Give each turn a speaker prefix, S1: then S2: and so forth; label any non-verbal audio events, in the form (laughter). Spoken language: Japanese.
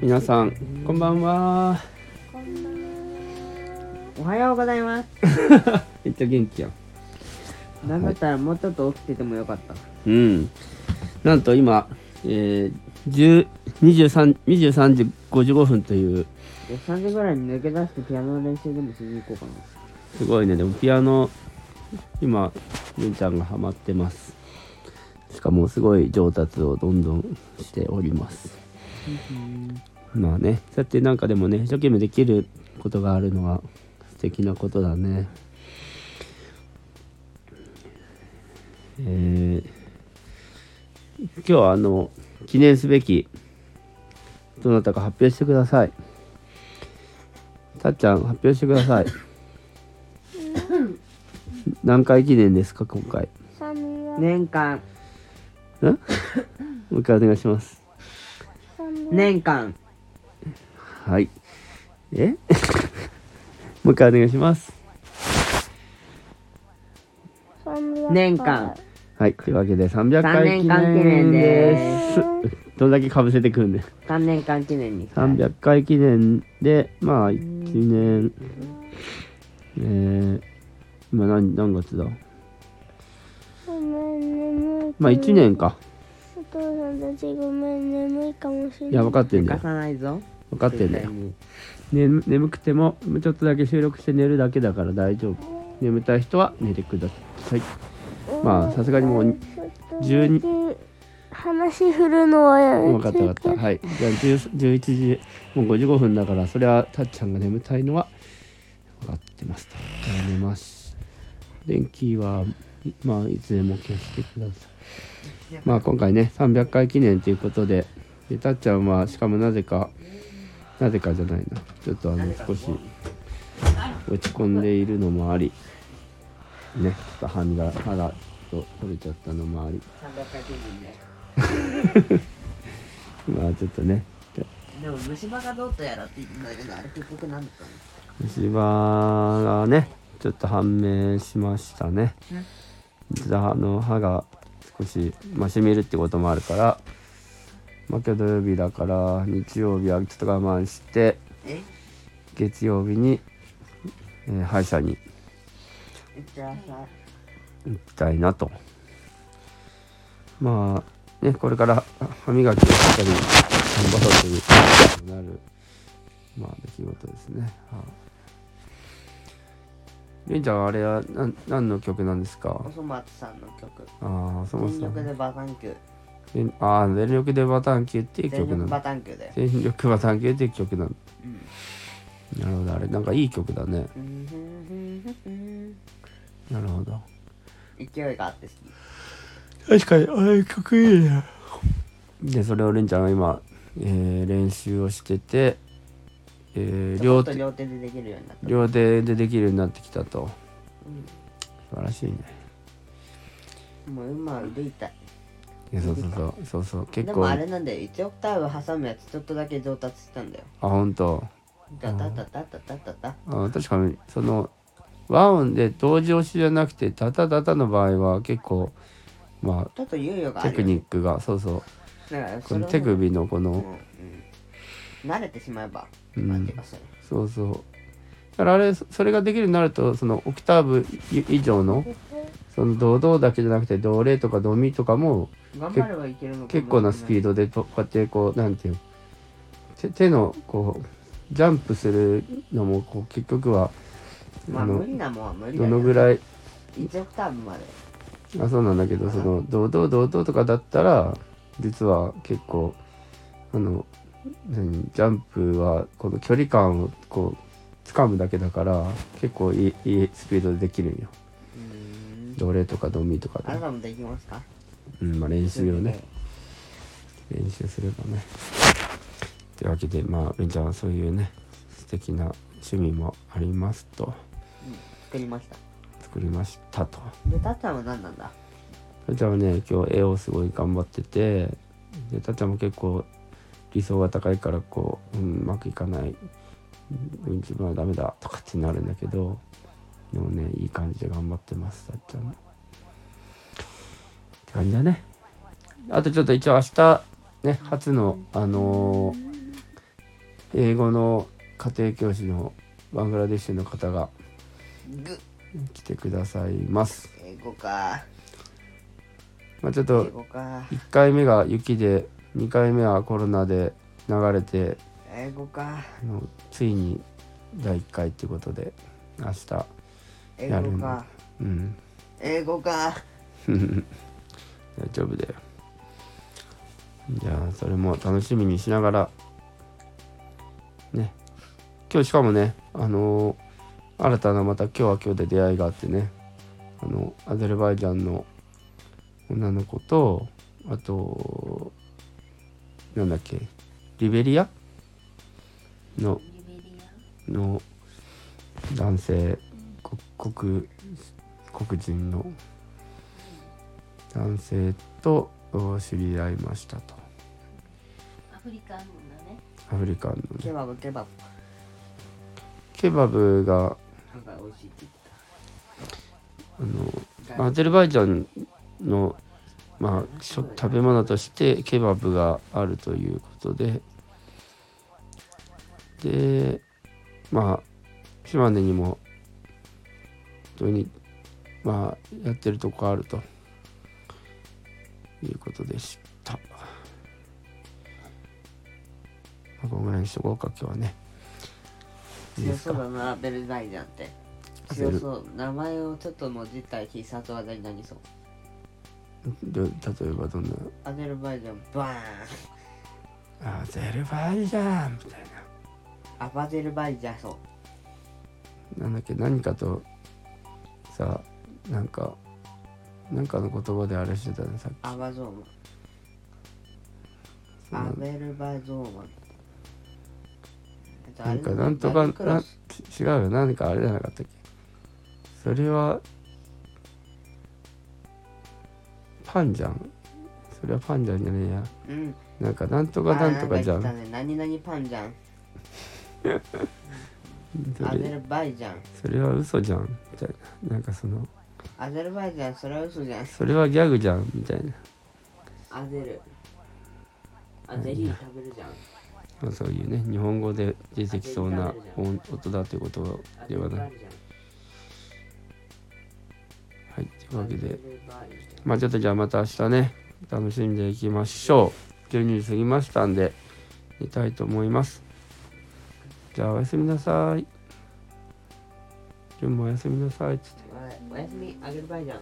S1: 皆さんこんばんは
S2: おはようございます。
S1: めっちゃ元気やん
S2: なんだったらもうちょっと起きててもよかった。
S1: うんなんと今、えー、10 23, 23時55分という
S2: で3時ぐらいに抜け出してピアノの練習でもしに行こうかな。
S1: すごいねでもピアノ今ゆんちゃんがハマってますしかもすごい上達をどんどんしておりますまあねそうやってなんかでもね一生懸命できることがあるのは素敵なことだねえー、今日はあの記念すべきどなたか発表してくださいたっちゃん発表してください何回記念ですか今回ん
S2: 年間、 (laughs)
S1: もう一回お願いします
S2: 年間、
S1: はいえ (laughs) もう一回お願いします
S2: 年間、
S1: はいというわけで300回記
S2: 3年間
S1: 念
S2: 記念
S1: で
S2: です
S1: どんだけかぶせてくるんで
S2: 3年間記念に。
S1: 300回記念でまあ1年えー、今何何月だ
S3: ごめん眠い。
S1: まあ1年か
S3: お父さんたちごめん眠いかもしれない。
S1: いや分かってんだ
S2: 抜か
S1: よ
S2: さないぞ。
S1: 分かってんだよ、ね、眠くてもちょっとだけ収録して寝るだけだから大丈夫眠たい人は寝てくださいまあさすがにもう
S3: ちょっと
S1: 12
S3: だけ話振るのはやめて。
S1: 分かった分かった。はい。じゃあ10 11時もう55分だからそれはたっちゃんが眠たいのは分かってますと。じゃあ寝ます。電気はまあいつでも消してください。まあ今回ね300回記念ということででたっちゃんはしかもなぜかなぜかじゃないなちょっとあの少し落ち込んでいるのもありねちょっと歯が歯がちょっと取れちゃったのもあり
S2: 300回記念で。
S1: まあちょっとね
S2: でも虫歯がどうとやらって言ってたけど、あれ結局なんだったの
S1: 虫歯がねちょっと判明しましたねちょっとあの歯が少し、まあ、しみるってこともあるから、まあ、今日土曜日だから日曜日はちょっと我慢して
S2: え
S1: 月曜日に、えー歯医者に
S2: いってらっしゃい。
S1: 行きたいなとまあねこれからあ歯磨きをしたり頑張ろうということになるまあ出来事ですねはいりんちゃんはあれは何何の曲なんですか
S2: おそ松さんの曲。
S1: ああそも
S2: 全
S1: そも
S2: 力でバタンキュー。
S1: 全ああ全力でバタンキューっていう
S2: 全
S1: 曲な
S2: 力
S1: ん
S2: バ
S1: だ
S2: タンキューだよ。
S1: 全力バタンキューっていう曲なんだ
S2: うん
S1: なるほどあれなんかいい曲だね
S2: うんふんふんふんふん
S1: なるほど
S2: 勢いがあって好き。
S1: 確かにあれ曲いいねでそれをレンちゃんが今、えー練習をしてて、えー
S2: ちょ
S1: 両
S2: っと
S1: 手
S2: 両手でできるようになった。
S1: 両手でできるようになってきたと
S2: うん
S1: 素晴らしいね
S2: もう今腕痛い。
S1: いやそうそうそうそうそう結
S2: で
S1: 構
S2: もあ
S1: あ
S2: れなんだよ、1オクターブ挟むやつちょっとだけ上達したんだよ。
S1: 本当
S2: ダダダダダダダダ。
S1: あ確かにその和音で同時押しじゃなくてタタタタの場合は結構ま
S2: ちょっと猶予
S1: あ
S2: があ
S1: テ
S2: る
S1: ク
S2: よ。
S1: ニックがそうそう
S2: だから
S1: こ
S2: それ
S1: の
S2: を
S1: 手首のこ
S2: うん
S1: の
S2: うん慣れてしまえば、
S1: うん
S2: 感じがする。
S1: そうそうだからあれそそれができるようになるとそのオクターブ以上のその堂々だけじゃなくて同例とかドミとかも
S2: 頑張ればいけるのか
S1: 結構なスピー
S2: ド。
S1: ドでとこうやってこうなんていう手手のこうジャンプするのもこう結局は
S2: ま
S1: あ
S2: あ
S1: の
S2: 無理なもんは無理だ
S1: どのぐらい
S2: い ?1 オクターブまで。
S1: あそうなんだけどその堂々堂々とかだったら実は結構あの何ジャンプはこの距離感をこう掴むだけだから結構いいいいスピードでできるんよ
S2: うーん
S1: 奴隷とかドミとか
S2: あ
S1: で
S2: な、たもできますか
S1: うんまあ、練習をね。練習すればね。というわけでまありんちゃんはそういうね素敵な趣味もありますと
S2: 作りました。
S1: 作りましたと。
S2: で、たっちゃんは何なんだ
S1: たっちゃんはね今日絵をすごい頑張っててでたっちゃんも結構理想が高いからこう、うん、うまくいかない、うん、自分はダメだとかってなるんだけどでもねいい感じで頑張ってますたっちゃんも。って感じだね。あとちょっと一応明日ね初のあのー英語の家庭教師のバングラデシュの方が
S2: ぐ
S1: 来てくださいます。
S2: 英語か
S1: まあ、ちょっ
S2: 英
S1: と
S2: 語か
S1: 1回目が雪で2回目はコロナで流れて
S2: 英語か
S1: あのついに第1回ということで明日、
S2: 英
S1: やる
S2: 語
S1: ん
S2: か
S1: だうん、 (laughs)
S2: 英語か
S1: 大丈夫だよ。じゃあそれも楽しみにしながらね今日しかもねあのー新たなまた今日は今日で出会いがあってねあのアゼルバイジャンの女の子とあとなんだっけリベリアのの男性こ黒黒人の男性とお知り合いましたと
S4: アフリカンだね。
S1: アフリカンの
S2: ケ
S1: ね
S2: バブケバブ
S1: ケバブが
S2: なんか美味しいって
S1: あの
S2: 言ってた
S1: アゼルバイジャンの、まあ、食食べ物としてケバブがあるということででまあ島根にも本当にまあやってるとこあるということでした。まあこんぐらいにしとこうか今日はね。いい
S2: 強
S1: です
S2: そう
S1: か
S2: だなアベルダイジャンって
S1: アゼ
S2: 強
S1: ル
S2: そう名前をちょっともじったら必殺技になりそう
S1: ど例えばどんな
S2: アゼルバイジャンバーン
S1: アゼルバイジャンみたいな。
S2: アバゼルバイジャンそう
S1: なんだっけ何かとさなんかなんかの言葉であれしてたねさっき
S2: アバゾー
S1: そ
S2: マンア
S1: の
S2: ベルバゾーマンえっと
S1: なんか
S2: あれ
S1: なんと
S2: ダ
S1: か
S2: ルクロ
S1: な
S2: ス
S1: ち違うよ何かあれじゃなかったっけそれはパンじゃんそれはパンじゃんじゃねえや
S2: うん
S1: なんかなんとかなんとかじゃ
S2: あ
S1: ん
S2: なんか言ってたね何々パンじゃん
S1: そ
S2: アゼ
S1: れ
S2: ルバイジャン
S1: それは嘘じゃんみたいななんかその
S2: アゼルバイジャンそれは嘘じゃん
S1: それはギャグじゃんみたいな
S2: アゼルアゼリー食べるじゃん
S1: まあそういうね日本語で出てきそうな音音だということ
S2: ア
S1: で
S2: ゼル
S1: は
S2: バ
S1: ない
S2: イジャ
S1: はい、というわ
S2: ン
S1: け
S2: ア
S1: で、
S2: ゼルバイジャン
S1: まあちょっとじゃあまた明日ね、楽しんでいきましょう。12時過ぎましたんで、寝たいと思います。じゃあおやすみなさい。ジュンもおやすみなさいっつって。
S2: おいおやすみアゼルバイジャン